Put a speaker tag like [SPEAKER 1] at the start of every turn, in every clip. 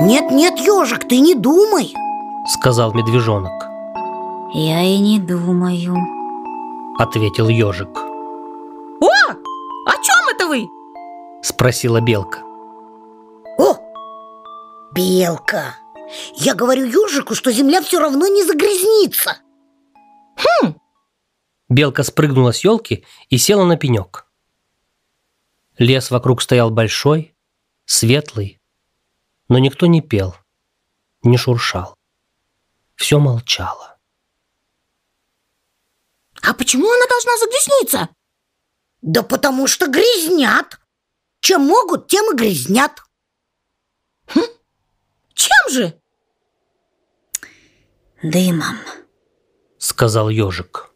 [SPEAKER 1] Нет-нет, ежик, ты не думай
[SPEAKER 2] Сказал медвежонок
[SPEAKER 3] Я и не думаю
[SPEAKER 2] Ответил ежик
[SPEAKER 4] О! О чем это вы?
[SPEAKER 2] Спросила белка
[SPEAKER 1] О, белка Я говорю ежику, что земля все равно не загрязнится
[SPEAKER 2] Белка спрыгнула с елки и села на пенек Лес вокруг стоял большой, светлый Но никто не пел, не шуршал Все молчало
[SPEAKER 4] А почему она должна загрязниться?
[SPEAKER 1] Да потому что грязнят Чем могут, тем и грязнят
[SPEAKER 4] Хм? Чем же?
[SPEAKER 3] Дымом
[SPEAKER 2] Сказал ежик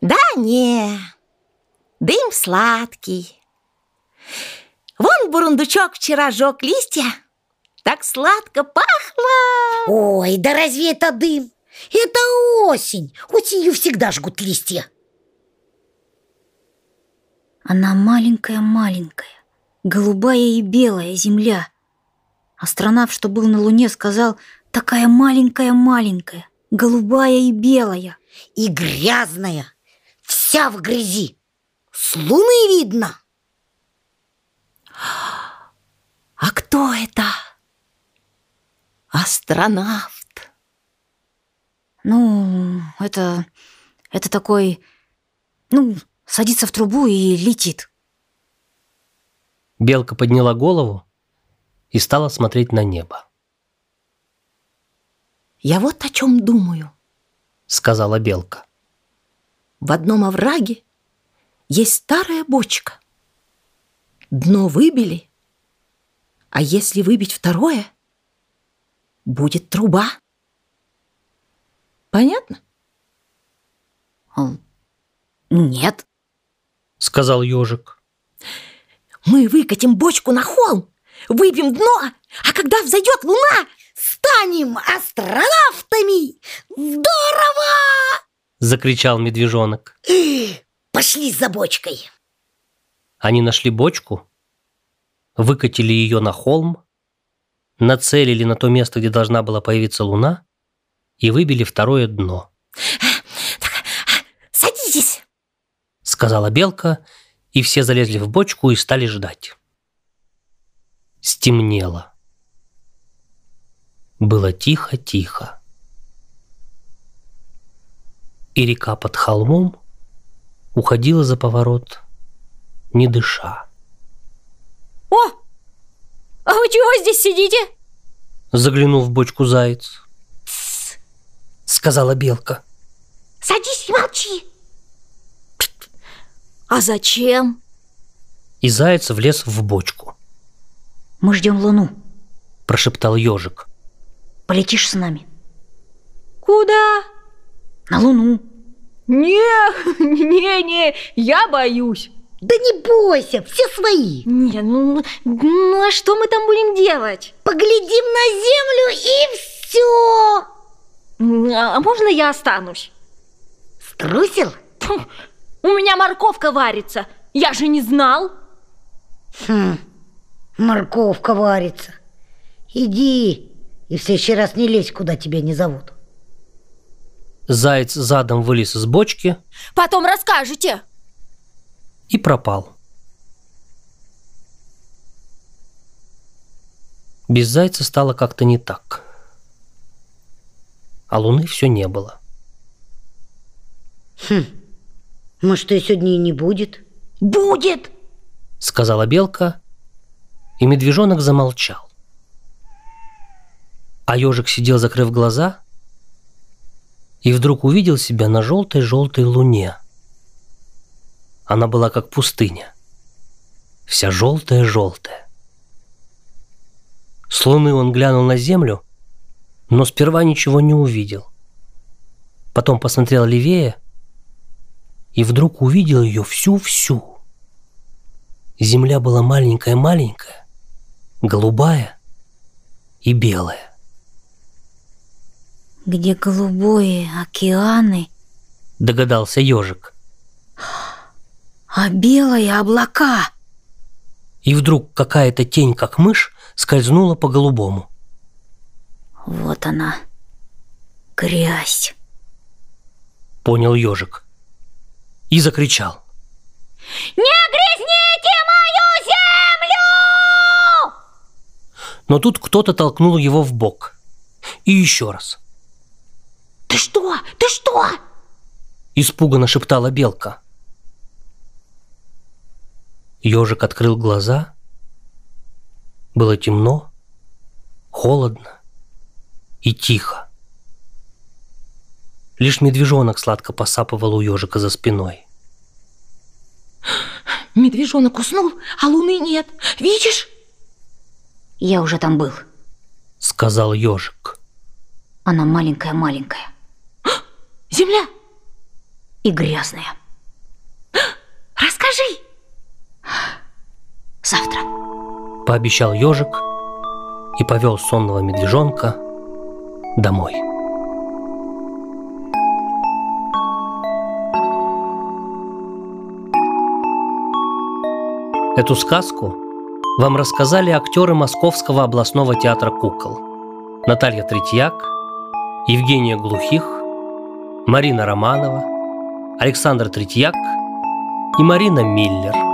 [SPEAKER 4] Да не, дым сладкий Вон бурундучок вчера жег листья Так сладко пахло
[SPEAKER 1] Ой, да разве это дым? Это осень Осенью всегда жгут листья
[SPEAKER 3] Она маленькая-маленькая Голубая и белая земля Астронавт, что был на Луне, сказал Такая маленькая-маленькая Голубая и белая
[SPEAKER 1] И грязная Вся в грязи С луны видно
[SPEAKER 4] А кто это? Астронавт
[SPEAKER 3] Ну, это... Это такой... Ну, садится в трубу и летит
[SPEAKER 2] Белка подняла голову и стала смотреть на небо
[SPEAKER 4] Я вот о чем думаю
[SPEAKER 2] Сказала белка
[SPEAKER 4] В одном овраге есть старая бочка. Дно выбили, а если выбить второе, будет труба. Понятно?
[SPEAKER 3] Он, Нет
[SPEAKER 2] Сказал ежик
[SPEAKER 4] Мы выкатим бочку на холм, выбьем дно, а когда взойдет луна,
[SPEAKER 1] Станем астронавтами! Здорово!
[SPEAKER 2] Закричал медвежонок
[SPEAKER 1] Э, Пошли за бочкой
[SPEAKER 2] Они нашли бочку, выкатили ее на холм, нацелили на то место, где должна была появиться луна, и выбили второе дно,
[SPEAKER 4] садитесь.
[SPEAKER 2] сказала белка, и все залезли в бочку и стали ждать. Стемнело. Было тихо-тихо. И река под холмом уходила за поворот, не дыша.
[SPEAKER 4] О, а вы чего здесь сидите?
[SPEAKER 2] Заглянул в бочку заяц. Сказала белка.
[SPEAKER 4] Садись и молчи. А зачем?
[SPEAKER 2] И заяц влез в бочку.
[SPEAKER 3] Мы ждем Луну
[SPEAKER 2] Прошептал ежик.
[SPEAKER 3] Полетишь с нами
[SPEAKER 5] Куда?
[SPEAKER 3] На Луну
[SPEAKER 5] Не, не, не, я боюсь.
[SPEAKER 1] Да не бойся, все свои
[SPEAKER 5] Не, ну, ну а что мы там будем делать?
[SPEAKER 1] Поглядим на землю и все
[SPEAKER 5] А можно я останусь?
[SPEAKER 1] Струсил?
[SPEAKER 5] Фу, у меня морковка варится. Я же не знал.
[SPEAKER 1] Хм, морковка варится Иди и в следующий раз не лезь, куда тебя не зовут
[SPEAKER 2] Заяц задом вылез из бочки
[SPEAKER 5] Потом расскажете.
[SPEAKER 2] и пропал. Без зайца стало как-то не так. А луны все не было.
[SPEAKER 1] Может, ее сегодня и не будет?
[SPEAKER 4] Будет.
[SPEAKER 2] сказала белка, и медвежонок замолчал. А ежик сидел, закрыв глаза, и вдруг увидел себя на желтой-желтой луне. Она была как пустыня, вся желтая-желтая. С луны он глянул на землю, но сперва ничего не увидел. Потом посмотрел левее и вдруг увидел ее всю-всю. Земля была маленькая-маленькая, голубая и белая.
[SPEAKER 3] Где голубые океаны
[SPEAKER 2] Догадался ежик.
[SPEAKER 3] А белые облака
[SPEAKER 2] И вдруг какая-то тень, как мышь, скользнула по голубому.
[SPEAKER 3] Вот она. Грязь.
[SPEAKER 2] Понял ежик. И закричал.
[SPEAKER 5] Не грязните мою землю!
[SPEAKER 2] Но тут кто-то толкнул его в бок. И еще раз.
[SPEAKER 4] Ты что? Ты что?
[SPEAKER 2] Испуганно шептала белка. Ежик открыл глаза. Было темно, холодно и тихо. Лишь медвежонок сладко посапывал у ежика за спиной.
[SPEAKER 4] Медвежонок уснул, а луны нет. Видишь?
[SPEAKER 3] Я уже там был.
[SPEAKER 2] Сказал ежик.
[SPEAKER 3] Она маленькая-маленькая
[SPEAKER 4] А? Земля,
[SPEAKER 3] и грязная.
[SPEAKER 4] расскажи.
[SPEAKER 3] Завтра.
[SPEAKER 2] Пообещал ежик и повел сонного медвежонка домой. Эту сказку вам рассказали актеры Московского областного театра кукол Наталья Третьяк, Евгения Глухих, Марина Романова, Александр Третьяк и Марина Миллер –